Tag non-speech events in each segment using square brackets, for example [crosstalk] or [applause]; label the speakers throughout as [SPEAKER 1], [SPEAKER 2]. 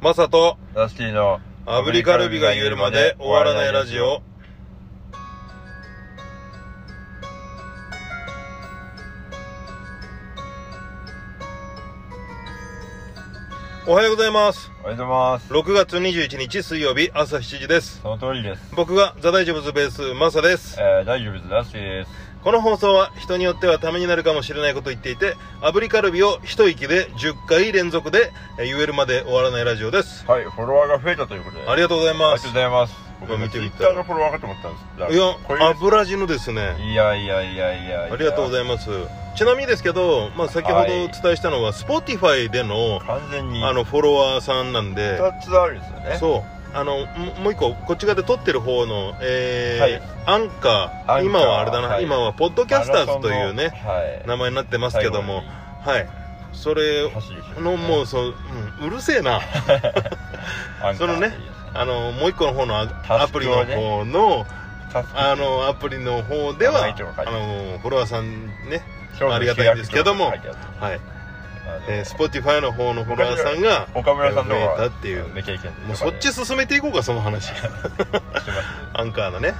[SPEAKER 1] マサと
[SPEAKER 2] ラスティの
[SPEAKER 1] 炙りカルビが言えるまで終わらないラジオ。おはようございます。
[SPEAKER 2] おはようございます
[SPEAKER 1] 6月21日水曜日朝7時です。
[SPEAKER 2] その通りです
[SPEAKER 1] 僕がザ・大丈夫ズベースマサです。
[SPEAKER 2] えー、大丈夫ですラスティです
[SPEAKER 1] この放送は人によってはためになるかもしれないことを言っていて、炙りカルビを一息で10回連続でえー言えるまで終わらないラジオです。
[SPEAKER 2] はいフォロワーが増えたということで
[SPEAKER 1] ありがとうござい
[SPEAKER 2] あ
[SPEAKER 1] ま
[SPEAKER 2] りが
[SPEAKER 1] す
[SPEAKER 2] とうご。ざいます
[SPEAKER 1] これ
[SPEAKER 2] 僕
[SPEAKER 1] 見
[SPEAKER 2] 見
[SPEAKER 1] て
[SPEAKER 2] て
[SPEAKER 1] み
[SPEAKER 2] み
[SPEAKER 1] たい
[SPEAKER 2] たのフォロワーかと思ったんです
[SPEAKER 1] いや
[SPEAKER 2] こういう、
[SPEAKER 1] 油地のですね。
[SPEAKER 2] いやいやいやいや
[SPEAKER 1] ありがとうござ
[SPEAKER 2] い
[SPEAKER 1] います。ちなみにですけど、まあ、先ほどお伝えしたのは、Spotify での
[SPEAKER 2] ま、す完全に
[SPEAKER 1] あの、フォロワーさんなんで、
[SPEAKER 2] 2つあるんですよね
[SPEAKER 1] そう、あの、ももう一個、こっち側で撮ってる方の、
[SPEAKER 2] は
[SPEAKER 1] え
[SPEAKER 2] い
[SPEAKER 1] ー、アンカ
[SPEAKER 2] アンカ
[SPEAKER 1] ー、
[SPEAKER 2] ー
[SPEAKER 1] 今はあれだな、
[SPEAKER 2] はい
[SPEAKER 1] 今は、ポッドキャスターズというね、
[SPEAKER 2] はい
[SPEAKER 1] 名前になってますけども、はい。それ
[SPEAKER 2] 走る人
[SPEAKER 1] の、もう、そう、うん、うるせえ
[SPEAKER 2] [laughs]
[SPEAKER 1] な。
[SPEAKER 2] アンカー
[SPEAKER 1] そのね
[SPEAKER 2] っていうや
[SPEAKER 1] あの、もう一個の方のア
[SPEAKER 2] タ
[SPEAKER 1] ア
[SPEAKER 2] ス
[SPEAKER 1] プ
[SPEAKER 2] ク
[SPEAKER 1] リ
[SPEAKER 2] を
[SPEAKER 1] の
[SPEAKER 2] ね
[SPEAKER 1] 方の、
[SPEAKER 2] つタスク
[SPEAKER 1] あの、アプリの方では、
[SPEAKER 2] 名前
[SPEAKER 1] あ
[SPEAKER 2] とか書いて
[SPEAKER 1] の、フォロワーさんね、
[SPEAKER 2] 商品
[SPEAKER 1] ありがたいですけども
[SPEAKER 2] 書いてある
[SPEAKER 1] はい。
[SPEAKER 2] あの
[SPEAKER 1] えー、Spotify の方のフォロワーさんが
[SPEAKER 2] 岡村さんの方
[SPEAKER 1] 増え
[SPEAKER 2] が
[SPEAKER 1] たっていう
[SPEAKER 2] めちゃいけない
[SPEAKER 1] もうそっち
[SPEAKER 2] し
[SPEAKER 1] 進めていこうかその話
[SPEAKER 2] ます
[SPEAKER 1] アンカーのね
[SPEAKER 2] は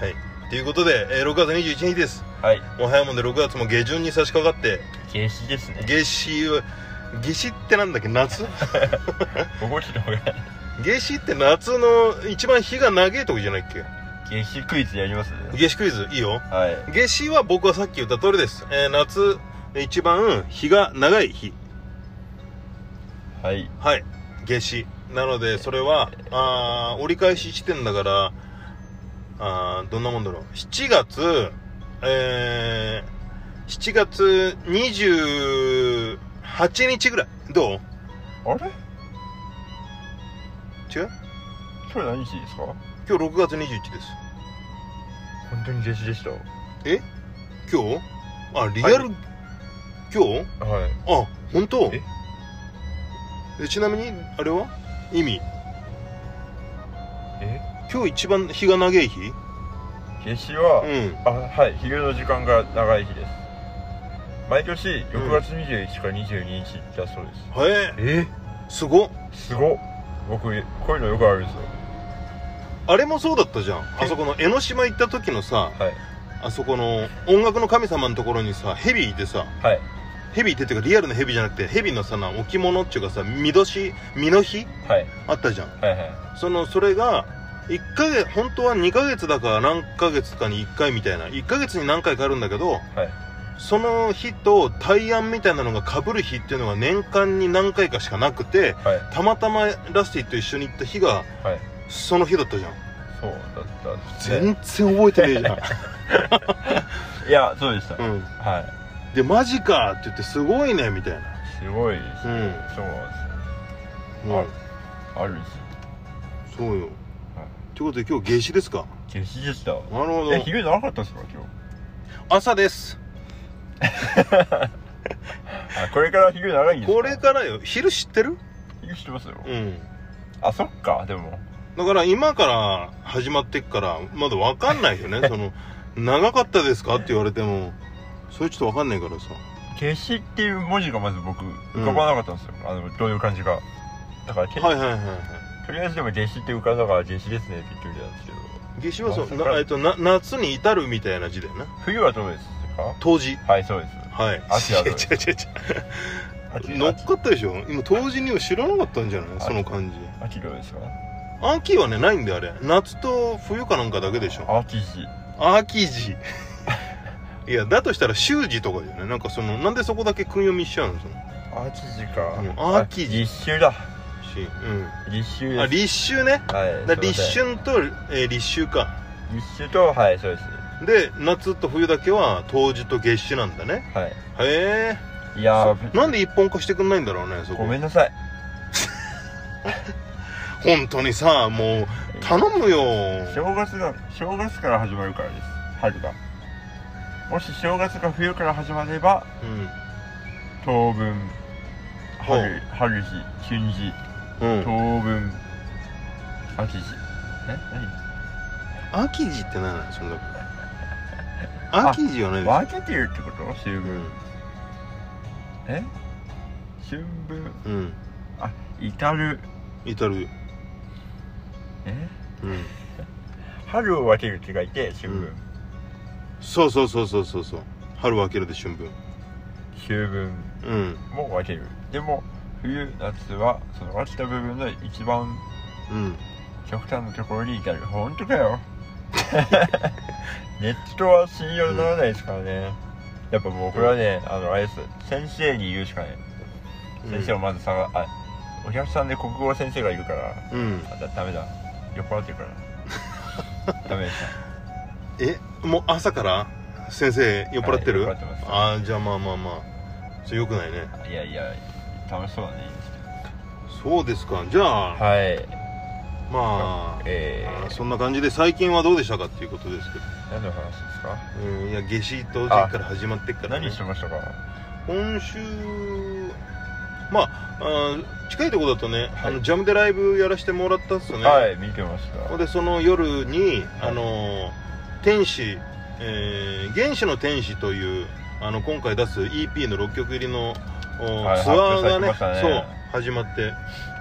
[SPEAKER 1] はいということで、えー6月21日です
[SPEAKER 2] いはい
[SPEAKER 1] もう早いもんで6月も下旬に差し掛かって
[SPEAKER 2] 禁止ですね
[SPEAKER 1] 夏至は夏至ってなんだっけ夏
[SPEAKER 2] 5キロぐらい
[SPEAKER 1] 夏至って夏の一番日が長い時じゃないっけ
[SPEAKER 2] 夏至クイズやります
[SPEAKER 1] 夏至クイズいいよ
[SPEAKER 2] はい
[SPEAKER 1] 夏至は僕はさっき言った通りです、えー夏一番日が長い日
[SPEAKER 2] はい
[SPEAKER 1] はい夏至なのでそれはあー折り返し地点だからあーどんなもんだろう7月えー、7月28日ぐらいどう
[SPEAKER 2] あれ
[SPEAKER 1] 違う
[SPEAKER 2] 今日何日ですか
[SPEAKER 1] 今日6月21日です
[SPEAKER 2] 本当に夏至でしたは
[SPEAKER 1] 今日あリアル、今日
[SPEAKER 2] い
[SPEAKER 1] あ本当
[SPEAKER 2] え
[SPEAKER 1] えちなみにあれは意味
[SPEAKER 2] え
[SPEAKER 1] 今日一番日が長い日うん
[SPEAKER 2] 夏至は、あはい昼の時間が長い日です毎年6月21日から22日だそうです、
[SPEAKER 1] え
[SPEAKER 2] え
[SPEAKER 1] ー、すごっ
[SPEAKER 2] すごっ僕こういうのよくあるんですよ
[SPEAKER 1] あれもそうだったじゃん
[SPEAKER 2] え
[SPEAKER 1] あそこの江ノ島行った時のさ
[SPEAKER 2] はい
[SPEAKER 1] あそこの音楽の神様のところにさヘビいてさ
[SPEAKER 2] はい
[SPEAKER 1] ヘビいてっていうかリアルのヘビじゃなくてヘビのさな置物っていうかさ身年身の日
[SPEAKER 2] はい
[SPEAKER 1] あったじゃん
[SPEAKER 2] はいはい
[SPEAKER 1] そのそれが1ヶ月本当は2ヶ月だから何ヶ月かに1回みたいな1ヶ月に何回かあるんだけど
[SPEAKER 2] はい
[SPEAKER 1] その日と大安みたいなのが被る日っていうのが年間に何回かしかなくて
[SPEAKER 2] はい
[SPEAKER 1] たまたまラスティと一緒に行った日が
[SPEAKER 2] はい
[SPEAKER 1] その日だったじゃん
[SPEAKER 2] そうだったんですね
[SPEAKER 1] 全然覚えてねえじゃん
[SPEAKER 2] いやそうでした、
[SPEAKER 1] [laughs] うん、
[SPEAKER 2] は
[SPEAKER 1] でマジかって言ってすごいねみたいない
[SPEAKER 2] すごいです、
[SPEAKER 1] うん
[SPEAKER 2] そうなんです
[SPEAKER 1] もう
[SPEAKER 2] はいあるんですよ
[SPEAKER 1] そうよということで今日夏至ですか
[SPEAKER 2] 夏至でした
[SPEAKER 1] なるほ
[SPEAKER 2] え
[SPEAKER 1] ど
[SPEAKER 2] 昼長かったですか今日
[SPEAKER 1] 朝です
[SPEAKER 2] あこれから昼長いんですか
[SPEAKER 1] これからよ昼知ってる
[SPEAKER 2] 昼してますよ、
[SPEAKER 1] うん
[SPEAKER 2] あそっかでも
[SPEAKER 1] だから今から始まってっからまだ分かんないよ
[SPEAKER 2] [laughs]
[SPEAKER 1] ねその長かったですかって言われてもそれちょっと分かんないからさ
[SPEAKER 2] 消しっていう文字がまず僕浮かばなかったんですよ、あのどういう感じがだから、け
[SPEAKER 1] はいはいはいはい
[SPEAKER 2] とりあえずでも消しって浮かんだから消しですねって言ってみたんですけど
[SPEAKER 1] 夏至はそう
[SPEAKER 2] あそっから
[SPEAKER 1] なえっとな夏に至るみたいな字だよな
[SPEAKER 2] 冬はどうです
[SPEAKER 1] 冬至
[SPEAKER 2] かはいそうです
[SPEAKER 1] はい
[SPEAKER 2] 秋
[SPEAKER 1] 違
[SPEAKER 2] は
[SPEAKER 1] [laughs] う違
[SPEAKER 2] どうですか
[SPEAKER 1] う違う違う乗っかったでしょ今冬至には知らなかったんじゃないその感じ
[SPEAKER 2] 秋どうですか
[SPEAKER 1] 秋はねないんだよあれ夏と冬かなんかだけでしょ
[SPEAKER 2] 秋時
[SPEAKER 1] 秋時 [laughs] いやだとしたら秋時とかじゃないなんかそのなんでそこだけ訓読みしちゃうのその
[SPEAKER 2] 秋時か、
[SPEAKER 1] うん秋時
[SPEAKER 2] 立秋だ
[SPEAKER 1] し、
[SPEAKER 2] 立秋
[SPEAKER 1] う
[SPEAKER 2] で
[SPEAKER 1] ん、
[SPEAKER 2] す
[SPEAKER 1] あ立秋ね
[SPEAKER 2] はい
[SPEAKER 1] だ
[SPEAKER 2] すいませ
[SPEAKER 1] 立
[SPEAKER 2] ん
[SPEAKER 1] 春と、えー立秋か
[SPEAKER 2] 立秋とはいそうです
[SPEAKER 1] で夏と冬だけは冬至と夏至なんだね
[SPEAKER 2] は
[SPEAKER 1] へえ
[SPEAKER 2] いいやー
[SPEAKER 1] なんで一本化してくんないんだろうねそこ
[SPEAKER 2] ごめんなさい
[SPEAKER 1] 本当にさもう頼むよ
[SPEAKER 2] 正月が正月から始まるからです春がもし正月が冬から始まれば当分
[SPEAKER 1] ほう
[SPEAKER 2] 春春時春時
[SPEAKER 1] うん、うん、
[SPEAKER 2] 当分秋時え
[SPEAKER 1] 秋時って何なのそんな秋時はない
[SPEAKER 2] 何
[SPEAKER 1] でしょ
[SPEAKER 2] 分けてるってこと秋分え春分
[SPEAKER 1] うん
[SPEAKER 2] あ至る
[SPEAKER 1] 至る、
[SPEAKER 2] え
[SPEAKER 1] うん、
[SPEAKER 2] 春を分けるって書いて秋
[SPEAKER 1] う
[SPEAKER 2] 分
[SPEAKER 1] そうそうそうそうそうそう春は明けるで春分
[SPEAKER 2] 秋分
[SPEAKER 1] うん
[SPEAKER 2] も分けるでも冬夏はその分けた部分の一番
[SPEAKER 1] うん
[SPEAKER 2] 極端のところに至る本当かよ [laughs] ネットは信用ならないですからね、やっぱもうこれはねあのあれです先生に言うしかない先生をまずさが、あお客さんで国語先生がいるから
[SPEAKER 1] うん
[SPEAKER 2] あだダメだ酔っ払ってるから
[SPEAKER 1] [laughs]
[SPEAKER 2] ダメでし
[SPEAKER 1] え
[SPEAKER 2] た
[SPEAKER 1] もう朝から先生酔っ払ってる、
[SPEAKER 2] はい酔っ払ってます
[SPEAKER 1] ああじゃあまあまあまあそれよくないね
[SPEAKER 2] いやいや楽しそうだねいいですけ
[SPEAKER 1] そうですかじゃあ、
[SPEAKER 2] どはい
[SPEAKER 1] まあ、
[SPEAKER 2] え
[SPEAKER 1] あー
[SPEAKER 2] ー、
[SPEAKER 1] そんな感じで最近はどうでしたかっていうことですけ
[SPEAKER 2] 何の話ですか
[SPEAKER 1] ど、うん、いや夏至と時から始まってっから、ね、
[SPEAKER 2] 何してましたか
[SPEAKER 1] 今週まああー近いところだとね、
[SPEAKER 2] はい
[SPEAKER 1] あのジャムでライブやらせてもらったんですよね、
[SPEAKER 2] はい見てました
[SPEAKER 1] ほんでその夜に、あのー天使、えー原始の天使というあの今回出す EP の6曲入りのお
[SPEAKER 2] はい
[SPEAKER 1] ツアーがね
[SPEAKER 2] 発表されてました
[SPEAKER 1] そう
[SPEAKER 2] ね
[SPEAKER 1] 始まって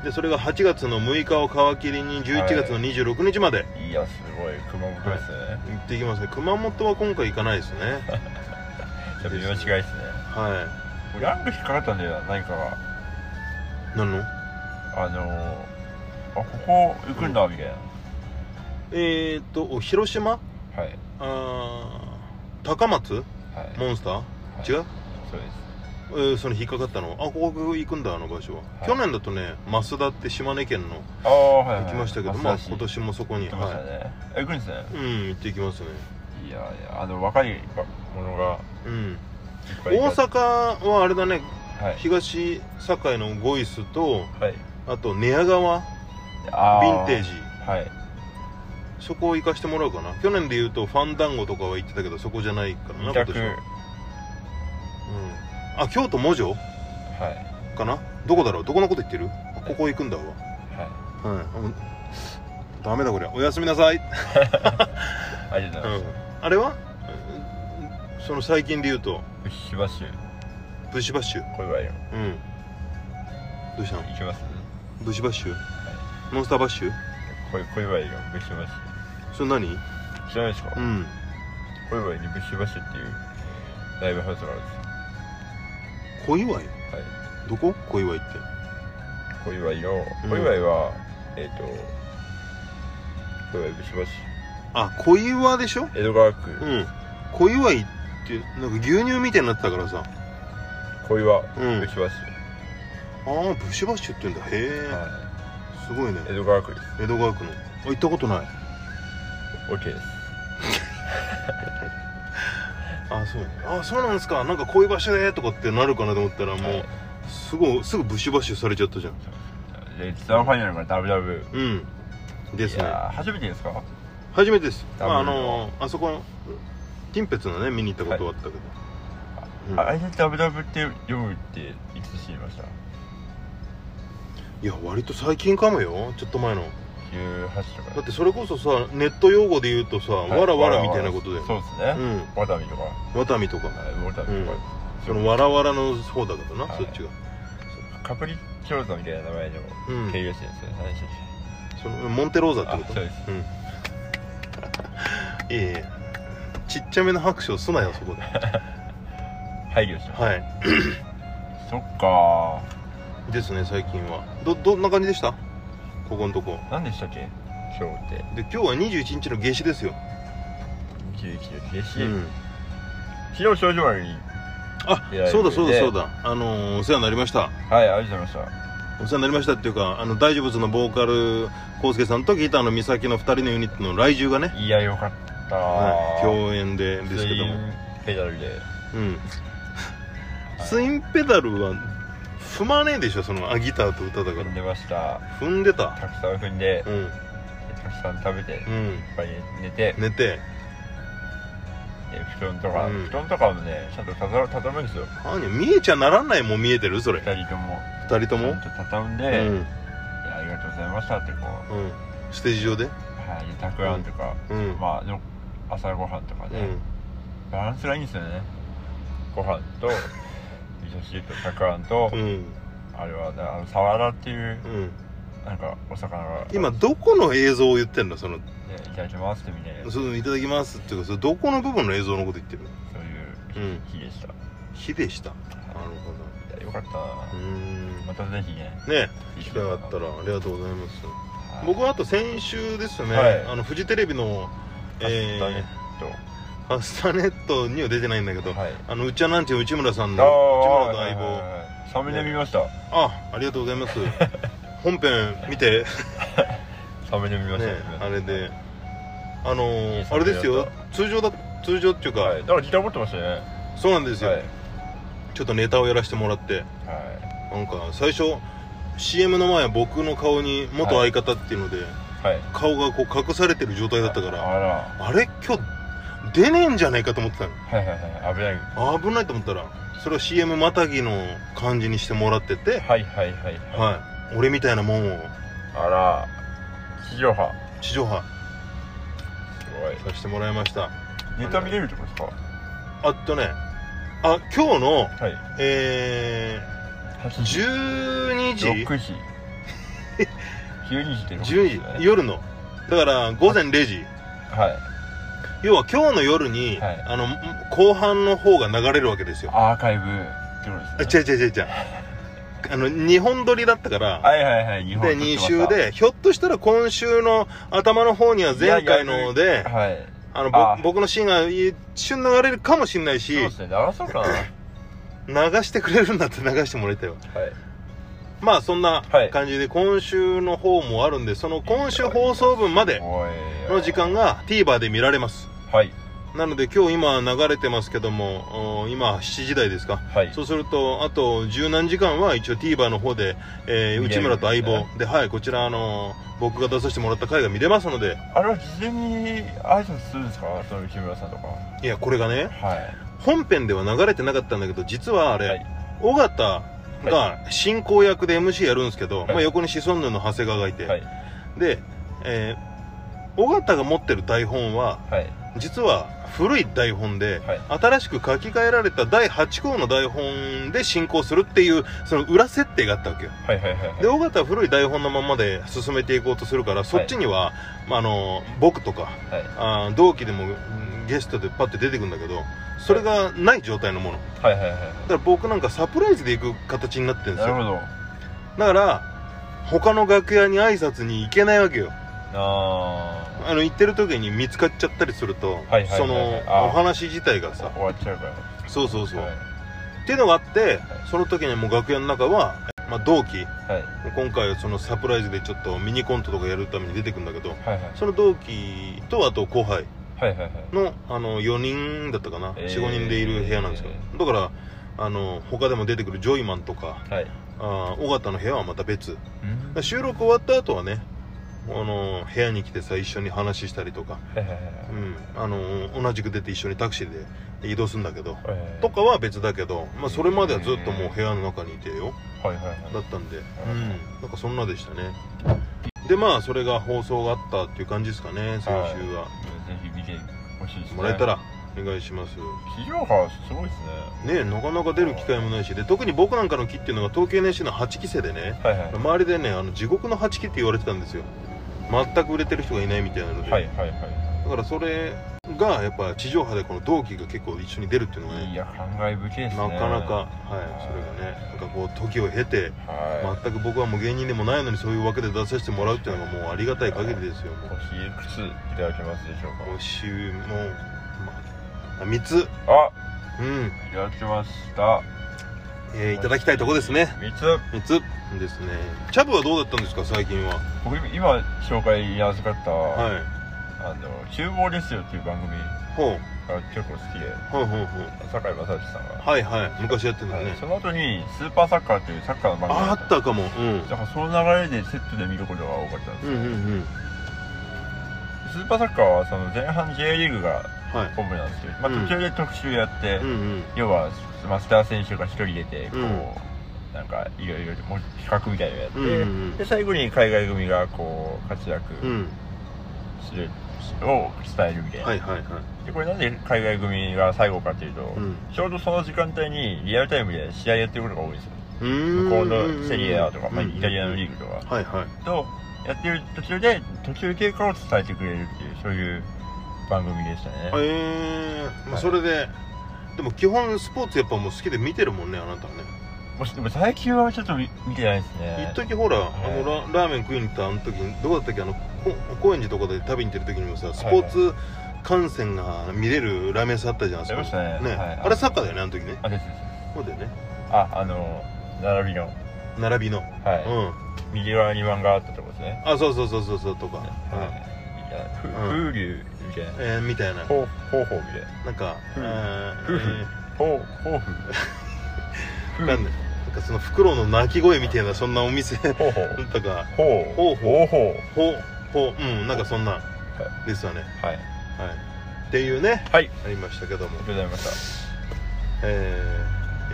[SPEAKER 1] でそれが8月の6日を皮切りに11月の26日まで
[SPEAKER 2] いやすごい熊本ですね、
[SPEAKER 1] 行ってきますね熊本は今回行かない
[SPEAKER 2] [laughs]
[SPEAKER 1] ですね
[SPEAKER 2] やっぱ見間違いですね
[SPEAKER 1] は
[SPEAKER 2] 俺アング引っかかったんだよな何かが
[SPEAKER 1] い何の
[SPEAKER 2] あのー、あここ行くんだみたいな、
[SPEAKER 1] えー、っとお広島
[SPEAKER 2] はいはい
[SPEAKER 1] あー高松モンスター、
[SPEAKER 2] はい
[SPEAKER 1] 違う、
[SPEAKER 2] そうです
[SPEAKER 1] えーその引っかかったのあここ行くんだあの場所は、
[SPEAKER 2] はい
[SPEAKER 1] 去年だとね増田って島根県の
[SPEAKER 2] ああはい、はい、
[SPEAKER 1] 行きましたけど、まあ今年もそこに、
[SPEAKER 2] 行きました
[SPEAKER 1] は
[SPEAKER 2] ね、あ行くんですね
[SPEAKER 1] い、うん行ってきますね、
[SPEAKER 2] いやいやあの若い者が
[SPEAKER 1] うん、
[SPEAKER 2] いっぱいい
[SPEAKER 1] 大
[SPEAKER 2] た
[SPEAKER 1] 阪はあれだね
[SPEAKER 2] はい
[SPEAKER 1] 東堺のゴイスと
[SPEAKER 2] はい
[SPEAKER 1] あと寝屋川ヴ
[SPEAKER 2] あ
[SPEAKER 1] ィンテー
[SPEAKER 2] ジ
[SPEAKER 1] ジ
[SPEAKER 2] はい
[SPEAKER 1] そこを行かしてもらおうかな去年で言うとファンダンゴとかは行ってたけどそこじゃないからな今
[SPEAKER 2] 二
[SPEAKER 1] 年
[SPEAKER 2] 択
[SPEAKER 1] は、うん、あ京都文女
[SPEAKER 2] はい
[SPEAKER 1] かなどこだろうどこのこと言ってるあここ行くんだわ
[SPEAKER 2] は
[SPEAKER 1] はいうんダメだこりゃおやすみなさい、
[SPEAKER 2] いありがとうございます、
[SPEAKER 1] あれはうんその最近で言うと
[SPEAKER 2] うっしばし
[SPEAKER 1] ブッシュバッシュ
[SPEAKER 2] これはいいよ
[SPEAKER 1] うんどうしたの
[SPEAKER 2] 行きます
[SPEAKER 1] ブッシュバッシュモンスターバッシュ
[SPEAKER 2] これこれはいいよぶっしばし
[SPEAKER 1] それ何
[SPEAKER 2] 知らないですか、
[SPEAKER 1] うん
[SPEAKER 2] これはいいにぶっしばしっていうライブハウスがあるんです
[SPEAKER 1] 小
[SPEAKER 2] よ
[SPEAKER 1] 祝い
[SPEAKER 2] はい
[SPEAKER 1] どこ小祝いって
[SPEAKER 2] 小祝いを
[SPEAKER 1] うん
[SPEAKER 2] 小祝いは、えっ、と小祝いぶしばし
[SPEAKER 1] あ小岩でしょ
[SPEAKER 2] 江戸川区、
[SPEAKER 1] うん小祝いってなんか牛乳みたいになってたからさ
[SPEAKER 2] 小岩
[SPEAKER 1] うん
[SPEAKER 2] ぶしばし、
[SPEAKER 1] ああブッシュバッシュって言うんだへえ
[SPEAKER 2] は
[SPEAKER 1] すごいね
[SPEAKER 2] い江戸川区です
[SPEAKER 1] 江戸川区のあ行ったことない
[SPEAKER 2] OK です
[SPEAKER 1] あそうあそうなんですかなんかこういう場所でとかってなるかなと思ったらもう、
[SPEAKER 2] はい
[SPEAKER 1] すぐすぐブッシュバッシュされちゃったじゃん
[SPEAKER 2] でツアーファイナルがダブダブ
[SPEAKER 1] うんです
[SPEAKER 2] い
[SPEAKER 1] ね
[SPEAKER 2] やー初めてですか
[SPEAKER 1] 初めてです、ま
[SPEAKER 2] ダ
[SPEAKER 1] あ、あ
[SPEAKER 2] ブルの
[SPEAKER 1] のあそこティンペツのね見に行ったことはあったけど、うん
[SPEAKER 2] ああれでダブダブって読むっていつ知りました
[SPEAKER 1] いや割と最近かもよちょっと前の
[SPEAKER 2] 18とか
[SPEAKER 1] だってそれこそさネット用語で言うとさ、
[SPEAKER 2] はい
[SPEAKER 1] わらわらみたいなことで
[SPEAKER 2] そうですね、
[SPEAKER 1] ん
[SPEAKER 2] ワタミとか、は
[SPEAKER 1] ワタミとか
[SPEAKER 2] い、ウォタミとか、
[SPEAKER 1] そのわらわらの方だけどな、
[SPEAKER 2] はい
[SPEAKER 1] そっちが
[SPEAKER 2] カプリチョロザみたいな名前でも
[SPEAKER 1] うん
[SPEAKER 2] 経由してるんですよね、話して
[SPEAKER 1] そのモンテローザってこと
[SPEAKER 2] あそうです
[SPEAKER 1] んいえいえちっちゃめの拍手をすなよそ
[SPEAKER 2] [laughs]
[SPEAKER 1] こで
[SPEAKER 2] 配慮してます、
[SPEAKER 1] はい
[SPEAKER 2] そっか
[SPEAKER 1] ですね最近はどどんな感じでしたここのとこ
[SPEAKER 2] ー何でしたっけ今日っ
[SPEAKER 1] で
[SPEAKER 2] て
[SPEAKER 1] 今日は21日の夏至ですよ、
[SPEAKER 2] 21の夏至、昨日症状悪い
[SPEAKER 1] あ
[SPEAKER 2] いや
[SPEAKER 1] そうだそうだ
[SPEAKER 2] ね
[SPEAKER 1] そうだあのーお世話になりました
[SPEAKER 2] はいありがとうございまし
[SPEAKER 1] お世話になりましたっていうかあの大丈夫ズのボーカル康介さんとギターの美咲の2人のユニットの来獣がね
[SPEAKER 2] たいやよかった
[SPEAKER 1] はい
[SPEAKER 2] 日
[SPEAKER 1] 共演でですけども
[SPEAKER 2] ペダルで
[SPEAKER 1] うんツインペダルは踏まねえでしょそのあギターと歌だか
[SPEAKER 2] 踏ん
[SPEAKER 1] ら
[SPEAKER 2] でました
[SPEAKER 1] 踏んでた
[SPEAKER 2] たくさん踏んで
[SPEAKER 1] うん
[SPEAKER 2] たくさん食べていっ
[SPEAKER 1] うん
[SPEAKER 2] ぱい寝て、
[SPEAKER 1] 寝て
[SPEAKER 2] で布団とか、
[SPEAKER 1] うん
[SPEAKER 2] 布団とかもねちゃんと畳む畳むんですよ
[SPEAKER 1] 何見えちゃならんないもん見えてるそれ
[SPEAKER 2] 二人とも
[SPEAKER 1] 2人と
[SPEAKER 2] ちゃ
[SPEAKER 1] も
[SPEAKER 2] んと畳んで、
[SPEAKER 1] う
[SPEAKER 2] い
[SPEAKER 1] ん
[SPEAKER 2] やありがとうございましたってこう
[SPEAKER 1] うんステージ上で
[SPEAKER 2] はいでたくあんとか、
[SPEAKER 1] うん
[SPEAKER 2] まあでも朝ごはんとか
[SPEAKER 1] う
[SPEAKER 2] ね、
[SPEAKER 1] ん
[SPEAKER 2] バランスがいいんですよねご飯
[SPEAKER 1] [laughs]
[SPEAKER 2] と味噌汁とたくあんと、
[SPEAKER 1] うん
[SPEAKER 2] あれはねあのサワラっていう
[SPEAKER 1] うん
[SPEAKER 2] なんかお魚が
[SPEAKER 1] 今どこの映像を言ってんのその
[SPEAKER 2] でいただきますってみんなでそ
[SPEAKER 1] そのいただきますっていうかそれどこの部分の映像のこと言ってるの
[SPEAKER 2] う
[SPEAKER 1] う
[SPEAKER 2] い
[SPEAKER 1] ん
[SPEAKER 2] う日でした、
[SPEAKER 1] 火でしたなるほ
[SPEAKER 2] いやよかったな、
[SPEAKER 1] どうーん
[SPEAKER 2] またぜひね
[SPEAKER 1] ね
[SPEAKER 2] 行き
[SPEAKER 1] 来たかった
[SPEAKER 2] ら
[SPEAKER 1] らありがとうございます僕はあと先週ですね、
[SPEAKER 2] はい
[SPEAKER 1] あのフジテレビのえ
[SPEAKER 2] ダネ
[SPEAKER 1] ー
[SPEAKER 2] ット
[SPEAKER 1] ファスタネットには出てないんだけど、
[SPEAKER 2] はい
[SPEAKER 1] あのうちはなんちゅう内村さん
[SPEAKER 2] あ
[SPEAKER 1] の内村の
[SPEAKER 2] ー
[SPEAKER 1] 相棒、
[SPEAKER 2] はいはいはいサムネ見ました
[SPEAKER 1] あありがとうございます
[SPEAKER 2] [laughs]
[SPEAKER 1] 本編見て
[SPEAKER 2] サムネ見ました
[SPEAKER 1] ねあれであのー
[SPEAKER 2] いいサ
[SPEAKER 1] あ
[SPEAKER 2] ム
[SPEAKER 1] れ
[SPEAKER 2] ネ
[SPEAKER 1] ですよ
[SPEAKER 2] だっ
[SPEAKER 1] 通常だ通常っていうか、
[SPEAKER 2] はいだからギター持ってましたね
[SPEAKER 1] そうなんですよ、
[SPEAKER 2] はいはい
[SPEAKER 1] ちょっとネタをやらせてもらってなんか最初 CM の前は僕の顔に元相方っていうので、
[SPEAKER 2] はい
[SPEAKER 1] 顔がこう隠されてる状態だったから
[SPEAKER 2] あら
[SPEAKER 1] あれ今日出ねえんじゃないかと思ってた
[SPEAKER 2] はいはいはい危ない
[SPEAKER 1] の危ないと思ったらそれを CM またぎの感じにしてもらってて、
[SPEAKER 2] はいはいはいはい
[SPEAKER 1] はい、俺みたいなもんを
[SPEAKER 2] あら地上波
[SPEAKER 1] 地上波
[SPEAKER 2] すごい
[SPEAKER 1] させてもらいました
[SPEAKER 2] ネタ見れるってことですか
[SPEAKER 1] あとねあ今日の
[SPEAKER 2] はい
[SPEAKER 1] えー、
[SPEAKER 2] 8
[SPEAKER 1] 12時
[SPEAKER 2] 6時12時って6時ですよ
[SPEAKER 1] 12時
[SPEAKER 2] ね
[SPEAKER 1] 夜のだから午前0時
[SPEAKER 2] はい
[SPEAKER 1] 要は今日の夜に、
[SPEAKER 2] はい
[SPEAKER 1] あの後半の方が流れるわけですよ
[SPEAKER 2] アーカイブってこ
[SPEAKER 1] あ
[SPEAKER 2] とです
[SPEAKER 1] 違
[SPEAKER 2] ね
[SPEAKER 1] う違う違う違うあの2本撮りだったから
[SPEAKER 2] はいはいはい日本
[SPEAKER 1] で
[SPEAKER 2] 撮って
[SPEAKER 1] 2
[SPEAKER 2] ました
[SPEAKER 1] 週でひょっとしたら今週の頭の方には前回の
[SPEAKER 2] いや
[SPEAKER 1] で
[SPEAKER 2] はい
[SPEAKER 1] あの
[SPEAKER 2] あ
[SPEAKER 1] ぼ僕のシーンが一瞬流れるかもしれない
[SPEAKER 2] そう
[SPEAKER 1] し
[SPEAKER 2] ですね流そうかなはい
[SPEAKER 1] 流してくれるんだって流してもらいたいわまあそんな
[SPEAKER 2] はい
[SPEAKER 1] 感じで今週の方もあるんでその今週放送分まで
[SPEAKER 2] おい
[SPEAKER 1] の時間が TVer で見られます
[SPEAKER 2] はい
[SPEAKER 1] なので今日今流れてますけどもお今7時台ですか
[SPEAKER 2] はい
[SPEAKER 1] そうするとあと十何時間は一応 TVer の方で、えー
[SPEAKER 2] 見れ
[SPEAKER 1] 内
[SPEAKER 2] る
[SPEAKER 1] 村と相
[SPEAKER 2] んです
[SPEAKER 1] 棒ではいこちらあのー僕が出させてもらった回が見れますので
[SPEAKER 2] あれは事前に挨拶するんですかその木村さんとかはい
[SPEAKER 1] やこれがね
[SPEAKER 2] い
[SPEAKER 1] 本編では流れてなかったんだけど実はあれ、
[SPEAKER 2] はい
[SPEAKER 1] 尾形が進行役で MC やるんですけど、
[SPEAKER 2] はい
[SPEAKER 1] まあ、横にシソンヌの長谷川がいて、
[SPEAKER 2] はい
[SPEAKER 1] で、えー尾形が持ってる台本は
[SPEAKER 2] はい
[SPEAKER 1] 実は古い台本で、
[SPEAKER 2] はい
[SPEAKER 1] 新しく書き換えられた第8項の台本で進行するっていうその裏設定があったわけよ
[SPEAKER 2] はいはいはいはい
[SPEAKER 1] で尾形は古い台本のままで進めていこうとするからそっちには、まあ、あの僕とか
[SPEAKER 2] はい
[SPEAKER 1] あー同期でもうんゲストでパッて出てくるんだけどそれがない状態のものだ
[SPEAKER 2] はいはいは
[SPEAKER 1] から僕なんかサプライズで行く形になってるん
[SPEAKER 2] い
[SPEAKER 1] です
[SPEAKER 2] なる
[SPEAKER 1] よ
[SPEAKER 2] ほ
[SPEAKER 1] だ
[SPEAKER 2] ど
[SPEAKER 1] から他の楽屋に挨拶に行けないわけよ
[SPEAKER 2] あ
[SPEAKER 1] あの行ってる時に見つかっちゃったりすると、
[SPEAKER 2] はいはいはいはい
[SPEAKER 1] その
[SPEAKER 2] あー
[SPEAKER 1] お話自体が
[SPEAKER 2] あ
[SPEAKER 1] さ
[SPEAKER 2] 終わっちゃうから
[SPEAKER 1] そうそうそう、
[SPEAKER 2] はい
[SPEAKER 1] っていうのがあってその時にもう楽屋の中は、まあ、同期
[SPEAKER 2] はい
[SPEAKER 1] 今回はそのサプライズでちょっとミニコントとかやるために出てくるんだけど
[SPEAKER 2] はいはい
[SPEAKER 1] その同期とあと後輩
[SPEAKER 2] はいはいはい
[SPEAKER 1] のあの4人だったかな、
[SPEAKER 2] えー
[SPEAKER 1] 45人でいる部屋なんですけどだからあの他でも出てくるジョイマンとか
[SPEAKER 2] はい
[SPEAKER 1] あー尾形の部屋はまた別だか
[SPEAKER 2] うん
[SPEAKER 1] ら収録終わった後はねあの部屋に来てさ一緒に話したりとか、
[SPEAKER 2] はいはいはい
[SPEAKER 1] うん、あの同じく出て一緒にタクシーで移動するんだけど
[SPEAKER 2] はいはいはい
[SPEAKER 1] とかは別だけど、まあ、それまではずっともう部屋の中にいてよ
[SPEAKER 2] はいはいはい
[SPEAKER 1] だったんで、うん、なんかそんなでしたねでまあそれが放送があったっていう感じですかね先週は、
[SPEAKER 2] ぜひ見てほしいですね
[SPEAKER 1] もらえたらお願いします
[SPEAKER 2] 地上波すごいですね
[SPEAKER 1] ねえなかなか出る機会もないしで特に僕なんかの木っていうのが東京 NSC の8期生でね
[SPEAKER 2] はいはい
[SPEAKER 1] 周りでねあの地獄の8期って言われてたんですよ全く売れてる人がいないみたいなので、
[SPEAKER 2] はいはいは
[SPEAKER 1] だからそれがやっぱ地上波でこの同期が結構一緒に出るっていうのが
[SPEAKER 2] いい
[SPEAKER 1] ね
[SPEAKER 2] や感慨深いです
[SPEAKER 1] な
[SPEAKER 2] ね
[SPEAKER 1] かなか、はい、それがねなんかこう時を経て
[SPEAKER 2] は
[SPEAKER 1] 全く僕はもう芸人でもないのにそういう枠で出させてもらうっていうのがもうありがたい限りですよ
[SPEAKER 2] い
[SPEAKER 1] もう
[SPEAKER 2] 星いくついただけますでしょう
[SPEAKER 1] 星も、まあ、3つ
[SPEAKER 2] か
[SPEAKER 1] うん、
[SPEAKER 2] あいただきました
[SPEAKER 1] えーいただきたいとこですね
[SPEAKER 2] 三つ
[SPEAKER 1] 3つですねチャブはどうだったんですか最近は
[SPEAKER 2] 僕今紹介に預かった、
[SPEAKER 1] は
[SPEAKER 2] あの「厨房ですよ」っていう番組
[SPEAKER 1] いほう
[SPEAKER 2] が結構好きで
[SPEAKER 1] ほうほうほう
[SPEAKER 2] 堺正樹さんが、
[SPEAKER 1] はいはい昔やってたね、
[SPEAKER 2] はいその後に「スーパーサッカー」っていうサッカーの番組
[SPEAKER 1] あ
[SPEAKER 2] が
[SPEAKER 1] あったかもうん
[SPEAKER 2] だからその流れでセットで見ることが多かったんです
[SPEAKER 1] う
[SPEAKER 2] よ、
[SPEAKER 1] んうんうん
[SPEAKER 2] スーパーサッカーはその前半 J リーグが
[SPEAKER 1] はい
[SPEAKER 2] 本部なんですけど、まあ、
[SPEAKER 1] うん
[SPEAKER 2] 途中で特集やって、
[SPEAKER 1] うんうん
[SPEAKER 2] 要はマスター選手が一人出てこう、
[SPEAKER 1] うん
[SPEAKER 2] なんかいろいろもう比較みたいなのやって、
[SPEAKER 1] うんうん
[SPEAKER 2] で最後に海外組がこう活躍
[SPEAKER 1] うん
[SPEAKER 2] する、を伝えるみたいな、
[SPEAKER 1] はいはいはい
[SPEAKER 2] でこれなんで海外組が最後かっていうと、
[SPEAKER 1] うん
[SPEAKER 2] ちょうどその時間帯にリアルタイムで試合やってることが多いんですよ
[SPEAKER 1] うーん
[SPEAKER 2] 向こうのセリエ A とか、まあ、
[SPEAKER 1] うん
[SPEAKER 2] イタリアのリーグとか、
[SPEAKER 1] はいはい
[SPEAKER 2] とやってる途中で途中経過を伝えてくれるっていうそういう番組でしたね、
[SPEAKER 1] えーま
[SPEAKER 2] は
[SPEAKER 1] あ、
[SPEAKER 2] い
[SPEAKER 1] それで、でも基本スポーツやっぱもう好きで見てるもんねあなたはね
[SPEAKER 2] もしでも最近はちょっと見見てないですね
[SPEAKER 1] 一時ほら、
[SPEAKER 2] はい
[SPEAKER 1] あのララーメン食いに行ったあの時どこだったっけあのこ高円寺とかで食べに行ってる時にもさスポーツ観戦が見れるラーメン屋さんあったじゃんあそこ
[SPEAKER 2] ありましたねはい
[SPEAKER 1] あれサッカーだよねあの時ね
[SPEAKER 2] あですです
[SPEAKER 1] そうだよね
[SPEAKER 2] ああの並びのは
[SPEAKER 1] 並びの、
[SPEAKER 2] い、
[SPEAKER 1] うん
[SPEAKER 2] 右側に漫画あったとこですね、
[SPEAKER 1] あそうそうそうそうそうとか、
[SPEAKER 2] はいいやふ
[SPEAKER 1] ん
[SPEAKER 2] 風流みたいな
[SPEAKER 1] うんえーみたいな
[SPEAKER 2] ほうほうほうみたいな
[SPEAKER 1] なんか、
[SPEAKER 2] うん
[SPEAKER 1] えー
[SPEAKER 2] 夫婦ほうほう
[SPEAKER 1] え
[SPEAKER 2] ふ
[SPEAKER 1] ー
[SPEAKER 2] う
[SPEAKER 1] なんだなんかそのフクロウの鳴き声みたいなそんなお店な
[SPEAKER 2] ほうほ
[SPEAKER 1] んだか
[SPEAKER 2] うほうほうほうほ
[SPEAKER 1] ほうほううんなんかそんなですよね
[SPEAKER 2] うはい
[SPEAKER 1] はいっていうね
[SPEAKER 2] はい
[SPEAKER 1] ありましたけども
[SPEAKER 2] ありがとうございました
[SPEAKER 1] え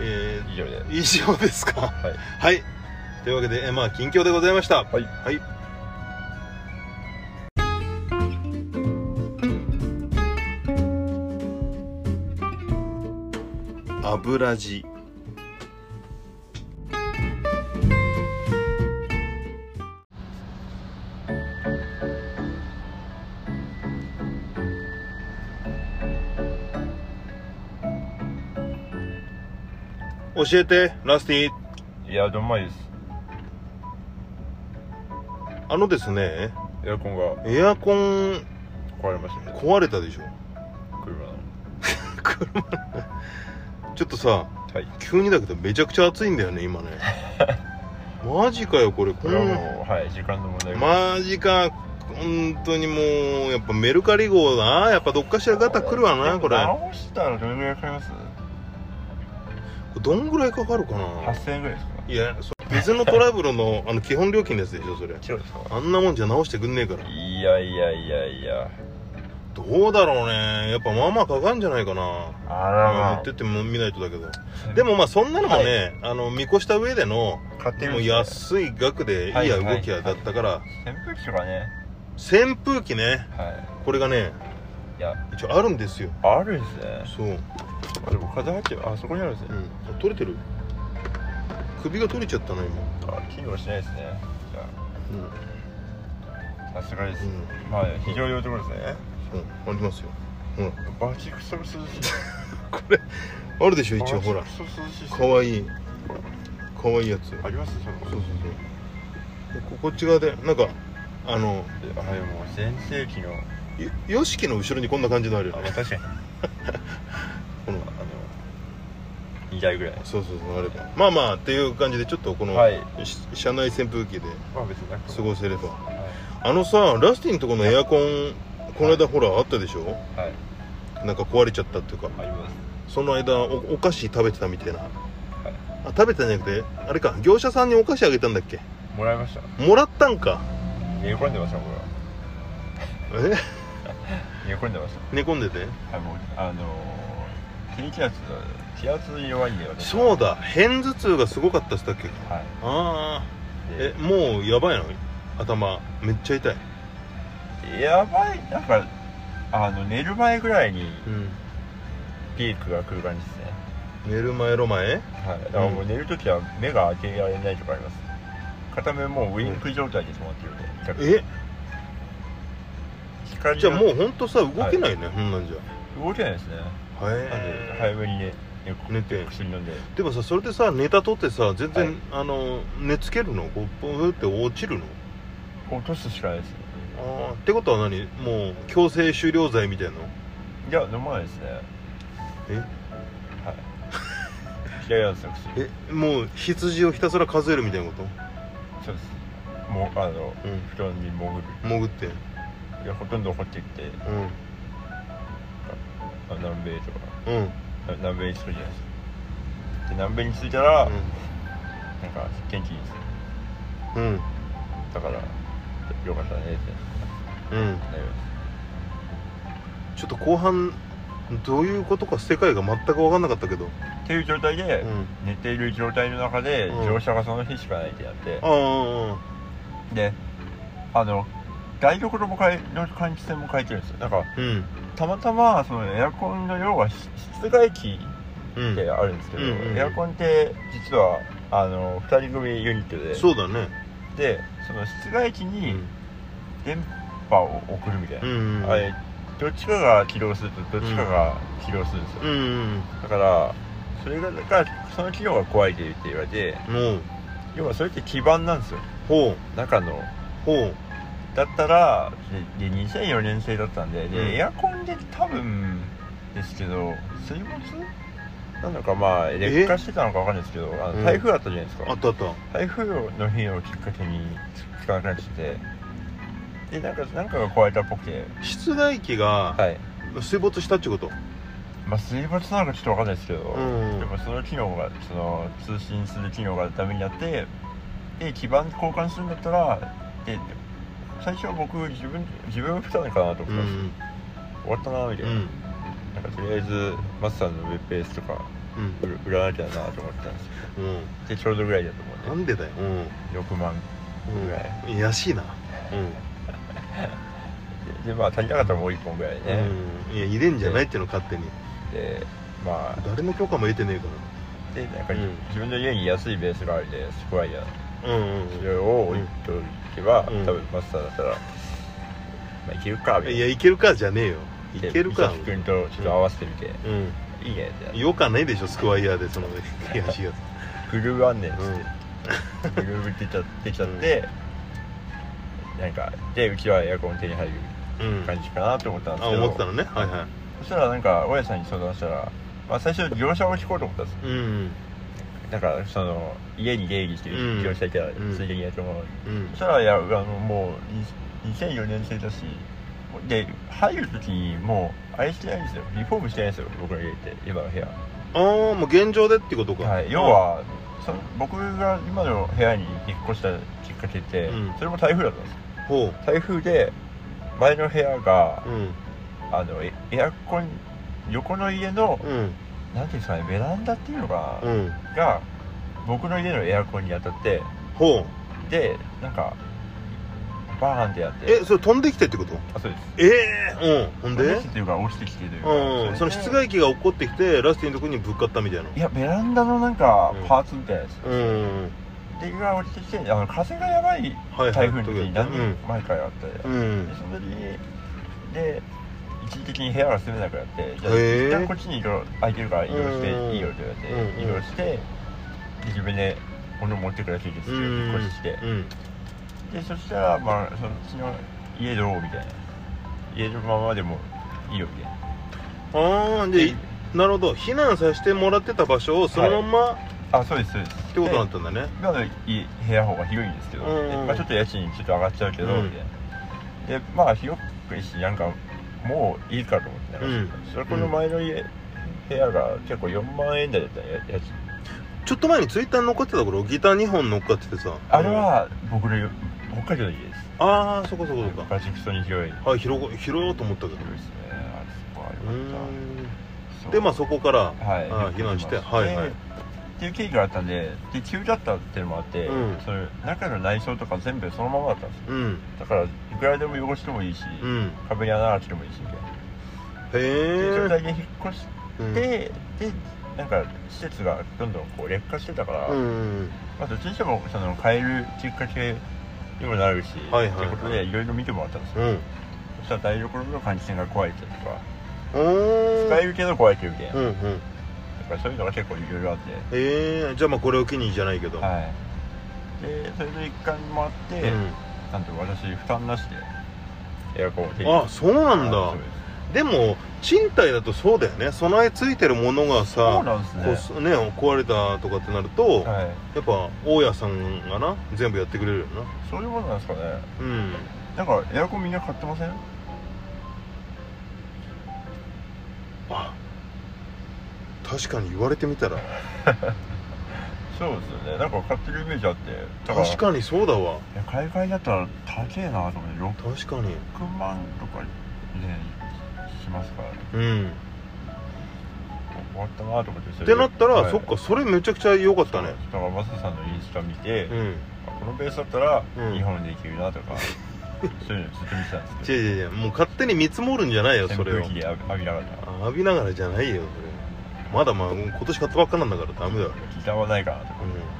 [SPEAKER 1] ーえ
[SPEAKER 2] 以上で
[SPEAKER 1] ー以上ですか
[SPEAKER 2] はい
[SPEAKER 1] はいというわけで、えーまあ近況でございました
[SPEAKER 2] はい
[SPEAKER 1] はい油地教えてラスティ
[SPEAKER 2] いやどんまいです
[SPEAKER 1] あのですね
[SPEAKER 2] エアコンが
[SPEAKER 1] エアコン
[SPEAKER 2] 壊れましたね
[SPEAKER 1] 壊れたでしょ
[SPEAKER 2] 車の
[SPEAKER 1] ちょっとさ
[SPEAKER 2] はい
[SPEAKER 1] 急にだけどめちゃくちゃ暑いんだよね今
[SPEAKER 2] [laughs]
[SPEAKER 1] ねマジかよこれこ
[SPEAKER 2] こ
[SPEAKER 1] ん
[SPEAKER 2] れは
[SPEAKER 1] な
[SPEAKER 2] もうはい時間の問題
[SPEAKER 1] マジか本当にもうやっぱメルカリ号だなやっぱどっかしらガタ来るわなこれ
[SPEAKER 2] 直したらどれぐらいかかります
[SPEAKER 1] どんぐらいかかるかな
[SPEAKER 2] ?8000 円ぐらいですか
[SPEAKER 1] いやそ水のトラブルのあの基本料金のやつでしょそれ
[SPEAKER 2] キロですか
[SPEAKER 1] あんなもんじゃ直してくんねえから
[SPEAKER 2] いやいやいやいや
[SPEAKER 1] どうだろうねやっぱまあまあかかんじゃないかな
[SPEAKER 2] あ
[SPEAKER 1] 持
[SPEAKER 2] ら
[SPEAKER 1] ってっても見ないとだけどでもまあそんなのもね、あの見越した上での
[SPEAKER 2] 買ってみ
[SPEAKER 1] もう安い額でいい
[SPEAKER 2] はい
[SPEAKER 1] や
[SPEAKER 2] はい
[SPEAKER 1] 動きやだったから、
[SPEAKER 2] 扇風機とかね
[SPEAKER 1] 扇風機ね
[SPEAKER 2] は
[SPEAKER 1] これがね
[SPEAKER 2] いいや
[SPEAKER 1] 一応あるんですよ
[SPEAKER 2] あるんです
[SPEAKER 1] そ
[SPEAKER 2] ね
[SPEAKER 1] う、うん、
[SPEAKER 2] あでも風入ってるあそこにあるんですね
[SPEAKER 1] 取れてる首が取れちゃったな今
[SPEAKER 2] あ機能しないですねじゃ
[SPEAKER 1] うん、
[SPEAKER 2] あさすがです
[SPEAKER 1] うん
[SPEAKER 2] まあ非常用ってことですね
[SPEAKER 1] そうありますようん
[SPEAKER 2] バチクソ涼しい
[SPEAKER 1] これあるでしょ一応ほら
[SPEAKER 2] バチクソ涼しい
[SPEAKER 1] かわいいかわいいやつそう
[SPEAKER 2] ありますそ
[SPEAKER 1] そう
[SPEAKER 2] の
[SPEAKER 1] そうでここっち側でなんかあの
[SPEAKER 2] はいもう全盛期の
[SPEAKER 1] よ y o s の後ろにこんな感じのあるよ
[SPEAKER 2] あ
[SPEAKER 1] ね
[SPEAKER 2] 確かに
[SPEAKER 1] この
[SPEAKER 2] あの2台ぐらい
[SPEAKER 1] そうそうそうあればまあまあっていう感じでちょっとこの、
[SPEAKER 2] はい
[SPEAKER 1] し車内扇風機で
[SPEAKER 2] まあ別になく
[SPEAKER 1] 過
[SPEAKER 2] ても
[SPEAKER 1] ごせれば
[SPEAKER 2] はい
[SPEAKER 1] あのさラスティのとこのエアコンこの間ほらあったでしょ
[SPEAKER 2] はい
[SPEAKER 1] なんか壊れちゃったっていうか
[SPEAKER 2] あります
[SPEAKER 1] その間おお菓子食べてたみたいなあ食べてたんじゃなくてあれか業者さんにお菓子あげたんだっけ
[SPEAKER 2] もらいました
[SPEAKER 1] もらったんか
[SPEAKER 2] 寝込んでましたこれは
[SPEAKER 1] え
[SPEAKER 2] 寝込んでまし
[SPEAKER 1] 寝込んでて
[SPEAKER 2] たはいもうあのー低気圧だ気圧に弱いんだよね
[SPEAKER 1] そううだ片頭痛がすごかったっつったっけ
[SPEAKER 2] はい
[SPEAKER 1] ああえ
[SPEAKER 2] で
[SPEAKER 1] もうやばいの頭めっちゃ痛い
[SPEAKER 2] やばいなんかあの寝る前ぐらいに
[SPEAKER 1] うん
[SPEAKER 2] ピークが来る感じですね
[SPEAKER 1] 寝る前ロ前
[SPEAKER 2] はいだからもう寝るときは目が開けられないとかあります片目もうウインク状態で止まってるんで痛くて
[SPEAKER 1] え
[SPEAKER 2] 光が
[SPEAKER 1] じゃあもうほんとさ動けないね、ほんなんじゃ
[SPEAKER 2] 動けないですねなんで
[SPEAKER 1] へ
[SPEAKER 2] 早めにね寝
[SPEAKER 1] 寝て
[SPEAKER 2] 薬飲んで
[SPEAKER 1] えでもさそれでさネタ取ってさ全然、
[SPEAKER 2] はい
[SPEAKER 1] あの寝つけるのこうブーって落ちるの
[SPEAKER 2] 落とすしかないです
[SPEAKER 1] ああってことは何もう強制終了剤みたいない
[SPEAKER 2] や飲まないですね
[SPEAKER 1] え
[SPEAKER 2] 嫌いなんですよ薬
[SPEAKER 1] えもう羊をひたすら数えるみたいなこ
[SPEAKER 2] そうですもうあの
[SPEAKER 1] とうん
[SPEAKER 2] 布団に潜る
[SPEAKER 1] 潜ってうん
[SPEAKER 2] いやほとんど掘ってってあ南米とか
[SPEAKER 1] うんうん
[SPEAKER 2] な南米に着くじゃないですかで南米に着いたら、なんか元気です
[SPEAKER 1] うん
[SPEAKER 2] だからよかったねって
[SPEAKER 1] うん
[SPEAKER 2] なりま
[SPEAKER 1] ちょっと後半どういうことか世界が全く分かんなかったけど
[SPEAKER 2] すっていう状態で、
[SPEAKER 1] うん
[SPEAKER 2] 寝ている状態の中で、
[SPEAKER 1] うん
[SPEAKER 2] 乗車がその日しかないってなって
[SPEAKER 1] ああ
[SPEAKER 2] であの台所も変えの換気扇も変えてるんですよだから
[SPEAKER 1] うん
[SPEAKER 2] たまたまそのエアコンの要は室室外機
[SPEAKER 1] うん
[SPEAKER 2] ってあるんですけど、
[SPEAKER 1] うんうんうん
[SPEAKER 2] エアコンって実はあの2人組ユニットで
[SPEAKER 1] そうだね
[SPEAKER 2] でその室外機
[SPEAKER 1] う
[SPEAKER 2] に
[SPEAKER 1] ん
[SPEAKER 2] 電波を送るみたいな、
[SPEAKER 1] うんうん
[SPEAKER 2] あれどっちかが起動するとどっちかが起動するんですよ、
[SPEAKER 1] うん
[SPEAKER 2] だからそれがだからその機能が怖いって言って言われて
[SPEAKER 1] うんもう
[SPEAKER 2] 要はそれって基板なんですよ
[SPEAKER 1] ほう
[SPEAKER 2] 中の
[SPEAKER 1] ほ
[SPEAKER 2] だったらでで2004年製だったんでで、
[SPEAKER 1] うん
[SPEAKER 2] エアコンで多分ですけど水没なのかまあ劣化してたのかわかんないですけどあ
[SPEAKER 1] う
[SPEAKER 2] の
[SPEAKER 1] ん
[SPEAKER 2] 台風あったじゃないですか、
[SPEAKER 1] うあったあった
[SPEAKER 2] 台風の日をきっかけに使わなくてでなんかなんかが壊れたっぽくて
[SPEAKER 1] 室外機が
[SPEAKER 2] はい
[SPEAKER 1] 水没したってこと
[SPEAKER 2] まあ水没なのかちょっとわかんないですけど、
[SPEAKER 1] うん
[SPEAKER 2] でもその機能がその通信する機能がダメになってで基板交換するんだったらで最初は僕自分自分が負担のかなと思
[SPEAKER 1] う
[SPEAKER 2] った
[SPEAKER 1] ん
[SPEAKER 2] ですよ、
[SPEAKER 1] ん
[SPEAKER 2] 終わったなみた
[SPEAKER 1] う
[SPEAKER 2] いな,、
[SPEAKER 1] ん
[SPEAKER 2] なんかとりあえずマスさんのウェブページとか
[SPEAKER 1] うん
[SPEAKER 2] 売る売らなきゃなと思ってたんですよ
[SPEAKER 1] うん
[SPEAKER 2] でちょうどぐらいだと
[SPEAKER 1] な
[SPEAKER 2] 思うんで
[SPEAKER 1] んでだようん
[SPEAKER 2] 6万
[SPEAKER 1] うんいやしいな
[SPEAKER 2] ででまあ足りなかったらもう1本ぐらいね
[SPEAKER 1] う、んうんいや入れんじゃないっての勝手に
[SPEAKER 2] でまあ
[SPEAKER 1] 誰の許可も得てねえか
[SPEAKER 2] でなんか、
[SPEAKER 1] うん
[SPEAKER 2] 自分の家に安いベースがあるんでスクワイヤー
[SPEAKER 1] らうん
[SPEAKER 2] それを置いておけば、
[SPEAKER 1] うん
[SPEAKER 2] 多分マスターだったら、まあ、いけるかみたい
[SPEAKER 1] い
[SPEAKER 2] な
[SPEAKER 1] やいけるかじゃねえよいけるか
[SPEAKER 2] 美咲君とちょっと合わせてみて、
[SPEAKER 1] うん
[SPEAKER 2] いいねって
[SPEAKER 1] よかないでしょスクワイヤーでその [laughs] 東が
[SPEAKER 2] グルーブあんねんっつ
[SPEAKER 1] うん
[SPEAKER 2] って、グルーブ出ちゃ出ちゃって、なんかでうちはエアコン手に入る
[SPEAKER 1] うん
[SPEAKER 2] 感じかなと思ったんで
[SPEAKER 1] あ
[SPEAKER 2] すけど、
[SPEAKER 1] 思ってたのねはいは
[SPEAKER 2] そしたらなんか大家さんに相談したら、まあ、最初業者を聞こうと思ったんです
[SPEAKER 1] いうん
[SPEAKER 2] だからその家に出入りして
[SPEAKER 1] うん
[SPEAKER 2] る業者いたら
[SPEAKER 1] うん
[SPEAKER 2] ついでにやってもらう、
[SPEAKER 1] うん
[SPEAKER 2] そしたらいやあのもうに2004年製だしで入る時にもうあれしてないんですよリフォームしてないんですよ僕の家って今の部屋
[SPEAKER 1] ああもう現状でってことか
[SPEAKER 2] はい、要は、その僕が今の部屋に引っ越したきっかけって、
[SPEAKER 1] うん
[SPEAKER 2] それも台風だったんですよ
[SPEAKER 1] ほ
[SPEAKER 2] 台風で前の部屋が
[SPEAKER 1] う、うん
[SPEAKER 2] あのエエアコン横の家の、
[SPEAKER 1] うん
[SPEAKER 2] なんていうんですかねベランダっていうのが、
[SPEAKER 1] うん
[SPEAKER 2] が僕の家のエアコンに当たって
[SPEAKER 1] ほう
[SPEAKER 2] でなんかバーンってやって
[SPEAKER 1] えそれ飛んできてってこと
[SPEAKER 2] あそうです
[SPEAKER 1] ええうんほん
[SPEAKER 2] 飛ん
[SPEAKER 1] で
[SPEAKER 2] きてというか落ちてきてというか、
[SPEAKER 1] うんその
[SPEAKER 2] れで
[SPEAKER 1] 室外機が落っこってきてラスティのとこにぶっかったみたいない
[SPEAKER 2] やベランダのなんか
[SPEAKER 1] うん
[SPEAKER 2] パーツみたいなやつ、
[SPEAKER 1] うん
[SPEAKER 2] でが落ちてきてあの風がやばい
[SPEAKER 1] はいはい
[SPEAKER 2] 台風の時に何
[SPEAKER 1] うん
[SPEAKER 2] 年前からあった
[SPEAKER 1] う
[SPEAKER 2] よ、で
[SPEAKER 1] ん
[SPEAKER 2] その時にで一時的に部屋が住めなくなってじゃあ
[SPEAKER 1] へー
[SPEAKER 2] 一旦こっちに移動空いてるから移動して
[SPEAKER 1] うん
[SPEAKER 2] いいよって言われて、
[SPEAKER 1] うん
[SPEAKER 2] 移動してで自分で物持ってくらしいですけど
[SPEAKER 1] うん
[SPEAKER 2] 引っ越しして
[SPEAKER 1] うん
[SPEAKER 2] でそしたらまあそのうちの家どうみたいな家のままでもいいよみたいな
[SPEAKER 1] ああでなるほど避難させてもらってた場所をそのまんまっ
[SPEAKER 2] あそうですそうですって
[SPEAKER 1] ことだったんだね
[SPEAKER 2] 今のいい部屋の方が広いんですけど、
[SPEAKER 1] うんうん
[SPEAKER 2] まあ、ちょっと家賃ちょっと上がっちゃうけど、
[SPEAKER 1] うん
[SPEAKER 2] みたいなでまあ広くいいしなんかもういいかと思ってなんか、
[SPEAKER 1] うん
[SPEAKER 2] それこの前の家、部屋が結構4万円台だったね家家賃
[SPEAKER 1] ちょっと前にツイッターに乗っかってた頃ギター2本乗っかっててさ
[SPEAKER 2] あれは僕の北海道の家です
[SPEAKER 1] ああそこそこそこ
[SPEAKER 2] バチクソに広い広
[SPEAKER 1] はい広ご広ようと思ったけど
[SPEAKER 2] いですねあれそこは
[SPEAKER 1] うーん
[SPEAKER 2] よかったそう
[SPEAKER 1] でまあそこから
[SPEAKER 2] はい
[SPEAKER 1] あ避難して
[SPEAKER 2] で
[SPEAKER 1] はいはい
[SPEAKER 2] っていう経緯があったんでで急だったっていうのもあって、
[SPEAKER 1] うん
[SPEAKER 2] それ中の内装とか全部そのままだったんですよ
[SPEAKER 1] うん
[SPEAKER 2] だからいくらでも汚してもいいし、
[SPEAKER 1] うんへ
[SPEAKER 2] 壁に穴開けてもいいしみたいなでそれ
[SPEAKER 1] え
[SPEAKER 2] だけ引っ越して、
[SPEAKER 1] うん
[SPEAKER 2] でなんか施設がどんどんこう劣化してたから、
[SPEAKER 1] うんうん
[SPEAKER 2] まあ、どっちにしてもその変えるきっかけにもなるし、
[SPEAKER 1] はいはいはい
[SPEAKER 2] ということでいろいろ見てもらったんですよ、
[SPEAKER 1] うん
[SPEAKER 2] そしたら台所の換気扇が壊れてるとか、
[SPEAKER 1] うーん
[SPEAKER 2] 使えるけど壊れてるみたいな、
[SPEAKER 1] う
[SPEAKER 2] だ
[SPEAKER 1] んうん
[SPEAKER 2] からそういうのが結構いろいろあって、
[SPEAKER 1] ええじゃあまあこれを機にじゃないけど
[SPEAKER 2] はいでそれの一環もあって、
[SPEAKER 1] うん
[SPEAKER 2] なんと私負担なしでエアコンを手に
[SPEAKER 1] あそうなんだ
[SPEAKER 2] そうです
[SPEAKER 1] でも賃貸だとそうだよね備え付いてるものが
[SPEAKER 2] そ
[SPEAKER 1] さ
[SPEAKER 2] うなんですね
[SPEAKER 1] こすね壊れたとかってなるとや
[SPEAKER 2] はい
[SPEAKER 1] っぱ大家さんがな全部やってくれるよな
[SPEAKER 2] そういうものなんですかね
[SPEAKER 1] うん
[SPEAKER 2] なんかエアコンみんな買ってません
[SPEAKER 1] あ確かに言われてみたら
[SPEAKER 2] そうですよねなんか買ってるイメージあってだら
[SPEAKER 1] 確かにそうだわ
[SPEAKER 2] いや買い替えだったら高えなと思って
[SPEAKER 1] 確かに
[SPEAKER 2] 6万とかねしますからね
[SPEAKER 1] うん
[SPEAKER 2] 終わったなと思ってそ
[SPEAKER 1] って
[SPEAKER 2] れ
[SPEAKER 1] なったら、
[SPEAKER 2] はい
[SPEAKER 1] そっかそれめちゃくちゃ良かったね
[SPEAKER 2] だからマサさんのインスタ見て、
[SPEAKER 1] うん
[SPEAKER 2] あこのベースだったら
[SPEAKER 1] うん
[SPEAKER 2] 日本でいけるな [laughs] とか、そういうのずっと見てたんです
[SPEAKER 1] 違う違う違
[SPEAKER 2] け
[SPEAKER 1] うもう勝手に見積もるんじゃないよ
[SPEAKER 2] ど
[SPEAKER 1] それを
[SPEAKER 2] 扇風機で浴び浴びながら
[SPEAKER 1] 浴びながらじゃないよまだまあ今年買ったばっかなんだからダメだよ、
[SPEAKER 2] ギターはないかなとか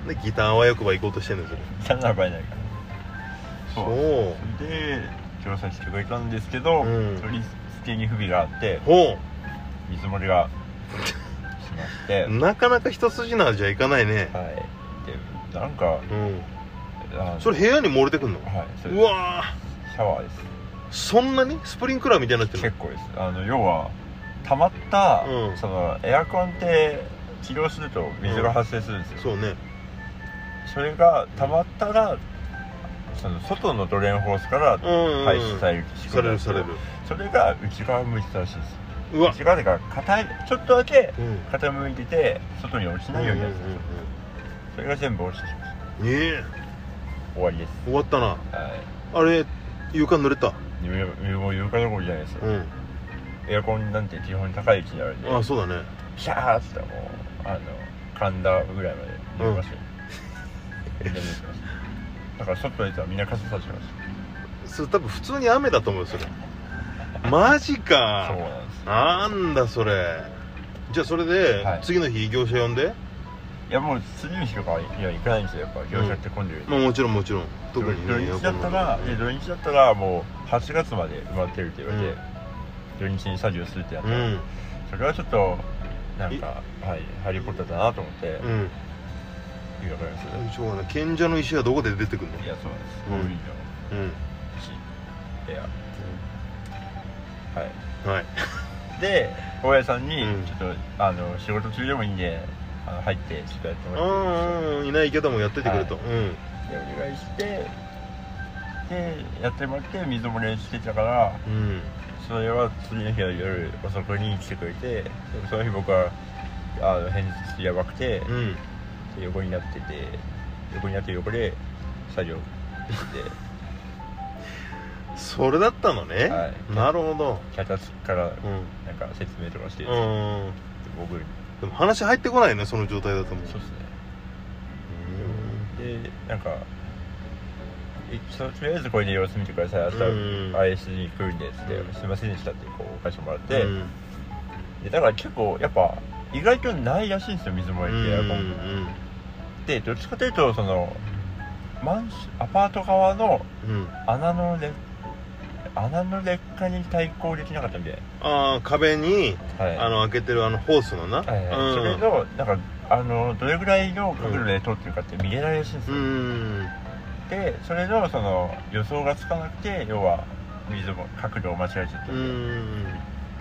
[SPEAKER 1] でギターはよくば行こうとしてんだよそれ
[SPEAKER 2] ギターならばえないからそう
[SPEAKER 1] そう
[SPEAKER 2] で調査してがいたんですけど、
[SPEAKER 1] うん
[SPEAKER 2] 取り付けに不備があって
[SPEAKER 1] ほ
[SPEAKER 2] 見積もりがしまして、
[SPEAKER 1] うなかなか一筋縄じゃいかないね
[SPEAKER 2] はいでなんか
[SPEAKER 1] うん
[SPEAKER 2] あの
[SPEAKER 1] それ部屋に漏れてくんの
[SPEAKER 2] はいそれ
[SPEAKER 1] うわ
[SPEAKER 2] シャワーです
[SPEAKER 1] ーそんなにスプリンクラーみたいになって
[SPEAKER 2] 結
[SPEAKER 1] る
[SPEAKER 2] 構ですあの要は溜まった、
[SPEAKER 1] うん
[SPEAKER 2] そのエアコンって起動すると水が発生するんですよ、
[SPEAKER 1] そうね
[SPEAKER 2] それが溜まったらその外のドレンホースから
[SPEAKER 1] うんうんうん
[SPEAKER 2] 排出される仕
[SPEAKER 1] さ
[SPEAKER 2] 組
[SPEAKER 1] れる
[SPEAKER 2] みなんです
[SPEAKER 1] さ
[SPEAKER 2] けど
[SPEAKER 1] れる
[SPEAKER 2] それが内側向いてたらしいです
[SPEAKER 1] うわ
[SPEAKER 2] 内側というか硬いちょっとだけ
[SPEAKER 1] うん
[SPEAKER 2] 傾いてて外に落ちないようになってたんですよそれが全部落ちてしまった
[SPEAKER 1] うんうんうんね
[SPEAKER 2] 終わりです
[SPEAKER 1] え終わったな
[SPEAKER 2] はい
[SPEAKER 1] あれ床濡れた
[SPEAKER 2] 夢も言うかどころじゃないですよ、
[SPEAKER 1] うん
[SPEAKER 2] エアコンなんて基本高い位置にあるんで
[SPEAKER 1] あそうだね
[SPEAKER 2] シャーッつったらもうあの神田ぐらいまで伸びましたよ、みんな伸びてましただから外出たらみんな傘差してまし
[SPEAKER 1] それ多分普通に雨だと思うよそれマジ
[SPEAKER 2] たそう
[SPEAKER 1] か
[SPEAKER 2] なんですよ
[SPEAKER 1] なんだそれじゃあそれで
[SPEAKER 2] はい
[SPEAKER 1] 次の日業者呼んで
[SPEAKER 2] いやもう次の日とかはいや行かないんですよやっぱ業者って混んでる、
[SPEAKER 1] まあもちろんもちろん特にね
[SPEAKER 2] 土日だったらいや土日だったらもう8月まで埋まってるって言われて、土日に作業するってやっ
[SPEAKER 1] う
[SPEAKER 2] たら、
[SPEAKER 1] ん
[SPEAKER 2] それはちょっとなんか「はい、ハリー・ポッター」だなと思って、
[SPEAKER 1] う
[SPEAKER 2] い
[SPEAKER 1] ん
[SPEAKER 2] いわかります
[SPEAKER 1] しょうがない賢者の石はどこで出てくるの
[SPEAKER 2] いやそうなんです、
[SPEAKER 1] うん
[SPEAKER 2] 海の
[SPEAKER 1] う
[SPEAKER 2] 石エアはい
[SPEAKER 1] んはい
[SPEAKER 2] で大家さんに
[SPEAKER 1] うん
[SPEAKER 2] ちょっと、あの仕事中でもいいんであの入ってちょっとやっても
[SPEAKER 1] う
[SPEAKER 2] らっていい
[SPEAKER 1] んうんいないけどもやっててくれと、
[SPEAKER 2] は
[SPEAKER 1] うん
[SPEAKER 2] ですかでお願いしてでやってもらって水漏れしてたから
[SPEAKER 1] うん
[SPEAKER 2] それは次の日は夜遅くに来てくれてでその日僕はあの変日やばくて、
[SPEAKER 1] うん
[SPEAKER 2] で横になってて横になって横で作業し
[SPEAKER 1] それだったのね、
[SPEAKER 2] はい
[SPEAKER 1] なるほど
[SPEAKER 2] て脚立から
[SPEAKER 1] うん
[SPEAKER 2] なんか説明とかして、
[SPEAKER 1] うん
[SPEAKER 2] 僕
[SPEAKER 1] でも話入ってこないねその状態だともう
[SPEAKER 2] そうですねでなんかいととりあえずこれで様子見てください明日
[SPEAKER 1] うん
[SPEAKER 2] IS に来るんですって、
[SPEAKER 1] うん
[SPEAKER 2] すいませんでしたってこうお返しもら
[SPEAKER 1] う
[SPEAKER 2] って、
[SPEAKER 1] ん
[SPEAKER 2] でだから結構やっぱ意外とないらしいんですよ水漏
[SPEAKER 1] う
[SPEAKER 2] れ
[SPEAKER 1] ん
[SPEAKER 2] ってエアコンでどっちかというとそのマンシアパート側の
[SPEAKER 1] うんうん
[SPEAKER 2] 穴の劣穴の劣化に対抗できなかったみたい
[SPEAKER 1] ああ壁に
[SPEAKER 2] はい
[SPEAKER 1] あの開けてるあのホースのな、
[SPEAKER 2] はいはいそれ
[SPEAKER 1] うん
[SPEAKER 2] のなんかあのどれぐらいの角度で通ってるかって見えないらしいんです
[SPEAKER 1] う
[SPEAKER 2] よ、
[SPEAKER 1] ん
[SPEAKER 2] でそれのその予想がつかなくて要は水も角度を間違えちゃった、
[SPEAKER 1] うん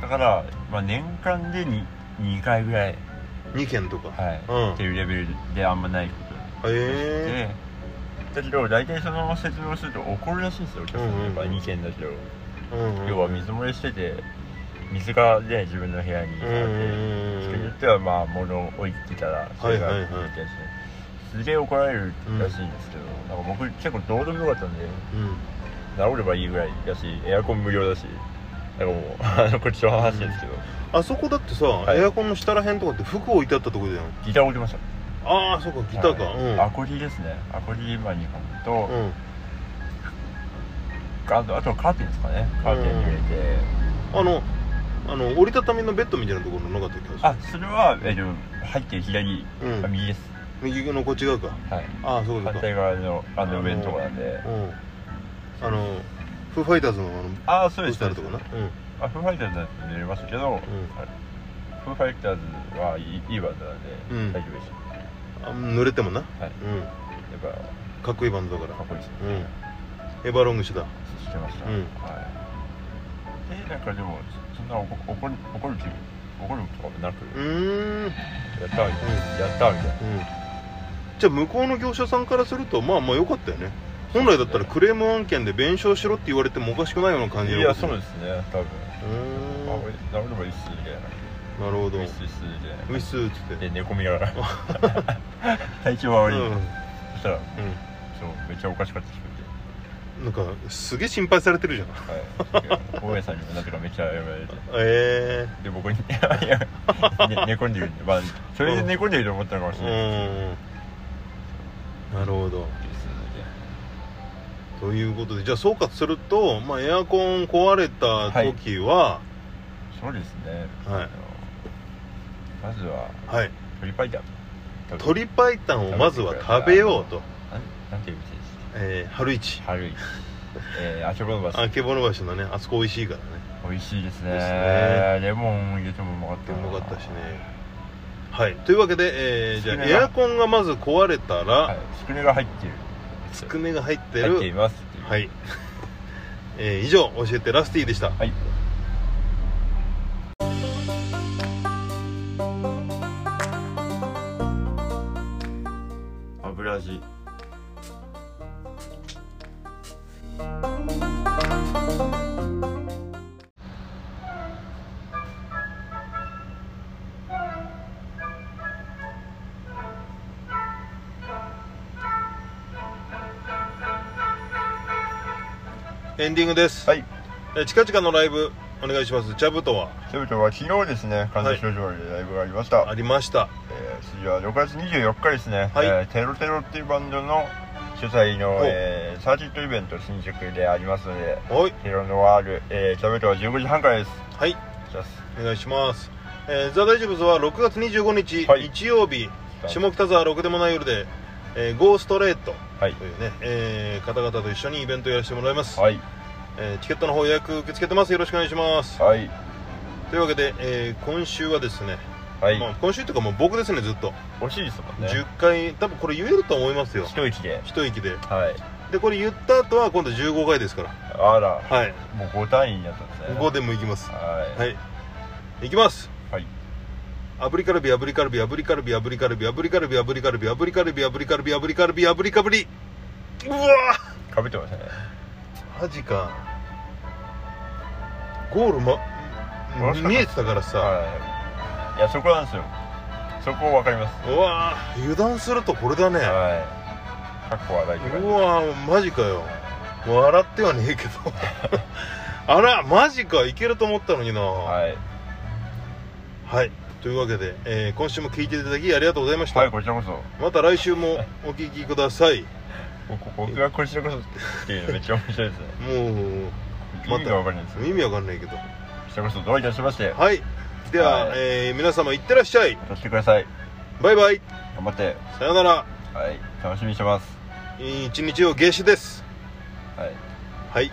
[SPEAKER 2] だから、まあ、年間で 2, 2回ぐらい、
[SPEAKER 1] 2軒とか
[SPEAKER 2] はい
[SPEAKER 1] うん
[SPEAKER 2] っていうレベルであんまないこと
[SPEAKER 1] へえ
[SPEAKER 2] で、だけど大体そのまま説明をすると怒るらしいんですよお客さん
[SPEAKER 1] うんうん
[SPEAKER 2] やっぱ2軒だけど、
[SPEAKER 1] うんうん
[SPEAKER 2] 要は水漏れしてて水がね自分の部屋にあっ
[SPEAKER 1] う
[SPEAKER 2] て、
[SPEAKER 1] んうん
[SPEAKER 2] 人によってはまあ物を置いてたらそれが
[SPEAKER 1] はい
[SPEAKER 2] い
[SPEAKER 1] はい
[SPEAKER 2] いっ
[SPEAKER 1] はい
[SPEAKER 2] てやつねすげえ怒られるらしいんですけど、なんか僕結構どうでもよかったんで
[SPEAKER 1] うん
[SPEAKER 2] 治ればいいぐらいだしエアコン無料だしなんかもう [laughs] あのこっちの話ですけど、
[SPEAKER 1] あそこだってさ、
[SPEAKER 2] い
[SPEAKER 1] エアコンの下らへんとかって服置いてあったとこじゃん
[SPEAKER 2] ギター置いてました
[SPEAKER 1] ああそうかギターか、
[SPEAKER 2] はいアコギですねアコギ今2本と
[SPEAKER 1] う、ん、うん、
[SPEAKER 2] あとあとカーテンですかねカーテン入れて、
[SPEAKER 1] あのあの折りたたみのベッドみたいなところなかったっけ
[SPEAKER 2] あそれは、えっと入って左、
[SPEAKER 1] うん
[SPEAKER 2] あ右です
[SPEAKER 1] 右のこっち側か
[SPEAKER 2] はい
[SPEAKER 1] ああそうか
[SPEAKER 2] 反
[SPEAKER 1] そう
[SPEAKER 2] 対側のあの上のとこなんで
[SPEAKER 1] かうんあのフーファイターズのあの
[SPEAKER 2] ああそう
[SPEAKER 1] ポ
[SPEAKER 2] で
[SPEAKER 1] ス
[SPEAKER 2] す
[SPEAKER 1] ターのとこな
[SPEAKER 2] あフーファイターズだと寝れますけど、フーファイターズはいいいいバンドなんで、
[SPEAKER 1] うん
[SPEAKER 2] 大丈夫です
[SPEAKER 1] うんあ濡れてもな、
[SPEAKER 2] はい
[SPEAKER 1] うん、
[SPEAKER 2] やっ
[SPEAKER 1] かっこいいバンドだ
[SPEAKER 2] ぱ
[SPEAKER 1] か
[SPEAKER 2] かっこいいです
[SPEAKER 1] らうんエヴァロングシだ
[SPEAKER 2] してました、
[SPEAKER 1] うん
[SPEAKER 2] はいでなんかでもそんな怒怒る怒る気分怒るとかもなく、
[SPEAKER 1] うーん
[SPEAKER 2] やったーみたいな、やったーみたいな
[SPEAKER 1] うんじゃあ向こうの業者さんからするとまあまあ良かったよね本来だったらクレーム案件で弁償しろって言われてもおかしくないような感じの
[SPEAKER 2] いやそう
[SPEAKER 1] う
[SPEAKER 2] ですね多分、
[SPEAKER 1] ーん
[SPEAKER 2] あ俺治ればいいっすみたいな
[SPEAKER 1] なるほど
[SPEAKER 2] ウ
[SPEAKER 1] ウ
[SPEAKER 2] ィスウィスみたいな
[SPEAKER 1] ィスっつって
[SPEAKER 2] で寝込みながら [laughs] 体調は
[SPEAKER 1] う
[SPEAKER 2] 悪い、
[SPEAKER 1] ん
[SPEAKER 2] そしたら
[SPEAKER 1] う
[SPEAKER 2] そうめっちゃおかしかった気分で
[SPEAKER 1] んなんかすげえ心配されてるじゃん
[SPEAKER 2] はい、大家さんにもなぜかめっちゃ謝られて
[SPEAKER 1] え
[SPEAKER 2] で僕に [laughs] いやね寝込んでるんで、まあ、それで寝込んでると思ったのかも
[SPEAKER 1] え
[SPEAKER 2] し
[SPEAKER 1] う
[SPEAKER 2] れないで
[SPEAKER 1] んなるほど
[SPEAKER 2] す
[SPEAKER 1] ということでじゃあ総括すると、まあ、エアコン壊れた時は、
[SPEAKER 2] そうですね
[SPEAKER 1] はい
[SPEAKER 2] あのまずは
[SPEAKER 1] はい
[SPEAKER 2] 鶏白湯
[SPEAKER 1] 鶏白湯をまずは食べようと、
[SPEAKER 2] なんなんていう店でし
[SPEAKER 1] えー、春市
[SPEAKER 2] た
[SPEAKER 1] [laughs]
[SPEAKER 2] 春いえー、あけぼのばし
[SPEAKER 1] あけぼの橋のねあそこ美味しいからね
[SPEAKER 2] 美味しいですね
[SPEAKER 1] ですね
[SPEAKER 2] レモン入れてもうまかった
[SPEAKER 1] う
[SPEAKER 2] な
[SPEAKER 1] まかったしねはいというわけで、えーじゃ
[SPEAKER 2] 少
[SPEAKER 1] あ
[SPEAKER 2] ないな
[SPEAKER 1] エアコンがまず壊れたら、
[SPEAKER 2] はいつくねが入ってる
[SPEAKER 1] つくねが入って
[SPEAKER 2] 入ってい
[SPEAKER 1] る
[SPEAKER 2] ますっていう
[SPEAKER 1] はいえー以上教えてラスティでした
[SPEAKER 2] はい油味
[SPEAKER 1] エンディングです、
[SPEAKER 2] はい
[SPEAKER 1] えー近々のライブお願いしますジャブとは
[SPEAKER 2] ということは昨日ですね関西少女でライブがありました、
[SPEAKER 1] ありました
[SPEAKER 2] えー次は6月24日ですね、
[SPEAKER 1] はい
[SPEAKER 2] えーテロテロっていうバンドの主催の
[SPEAKER 1] お、
[SPEAKER 2] えーサーキットイベント新宿でありますので
[SPEAKER 1] はい
[SPEAKER 2] テロノワール、えー、キャベトは15時半からです
[SPEAKER 1] はい
[SPEAKER 2] じゃ
[SPEAKER 1] お願いします、えー、ザ・大丈夫ズは6月25日、
[SPEAKER 2] はい
[SPEAKER 1] 日曜日
[SPEAKER 2] あ
[SPEAKER 1] 下北沢ろくでもない夜で、えー、ゴーストレート
[SPEAKER 2] はい
[SPEAKER 1] というね、えー方々と一緒にイベントをやらせてもらいます、
[SPEAKER 2] はい
[SPEAKER 1] えーチケットの方予約受け付けてますよろしくお願いします
[SPEAKER 2] はい
[SPEAKER 1] というわけで、えー今週はですね、
[SPEAKER 2] はい、
[SPEAKER 1] まあ、今週というかもう僕ですねずっと、
[SPEAKER 2] 惜しいですもんね
[SPEAKER 1] 10回多分これ言えると思いますよ
[SPEAKER 2] 一息で
[SPEAKER 1] 一息で
[SPEAKER 2] はい
[SPEAKER 1] でこれ言った後は今度15回ですから
[SPEAKER 2] あら
[SPEAKER 1] はい
[SPEAKER 2] もう5単位になったんですね
[SPEAKER 1] 5でもいきます
[SPEAKER 2] はい
[SPEAKER 1] はいいきます
[SPEAKER 2] はい
[SPEAKER 1] 炙りカルビ炙りカルビ炙りカルビ炙りカルビ炙りカルビ炙りカルビ炙りカルビ炙りカルビ炙りカルビ炙りカルビうわ
[SPEAKER 2] かぶってましたね
[SPEAKER 1] マジかゴール、ま
[SPEAKER 2] もしかしたら、
[SPEAKER 1] 見えてたからさ、
[SPEAKER 2] はいいやそこなんですよそこわかります
[SPEAKER 1] うわ油断するとこれだね、
[SPEAKER 2] はいかっこ笑いって感
[SPEAKER 1] う
[SPEAKER 2] じ
[SPEAKER 1] わマジかよ笑ってはねえけど [laughs] あらマジかいけると思ったのになは
[SPEAKER 2] はい
[SPEAKER 1] い、というわけで、えー今週も聞いていただきありがとうございました、
[SPEAKER 2] はいこちらこそ
[SPEAKER 1] また来週もお聞きください
[SPEAKER 2] 僕僕がこちらこそっていうのめっちゃ面白い [laughs] ですね
[SPEAKER 1] もう
[SPEAKER 2] 意味がわかんないですよ
[SPEAKER 1] 意味わかんないけど
[SPEAKER 2] こちらこそどういたしまして
[SPEAKER 1] はいでは、
[SPEAKER 2] はい
[SPEAKER 1] えー皆様いってらっしゃい
[SPEAKER 2] やってください
[SPEAKER 1] バイバイ
[SPEAKER 2] 頑張って
[SPEAKER 1] さよなら
[SPEAKER 2] はい楽しみにしてます
[SPEAKER 1] いい一日を夏至です
[SPEAKER 2] はい
[SPEAKER 1] はい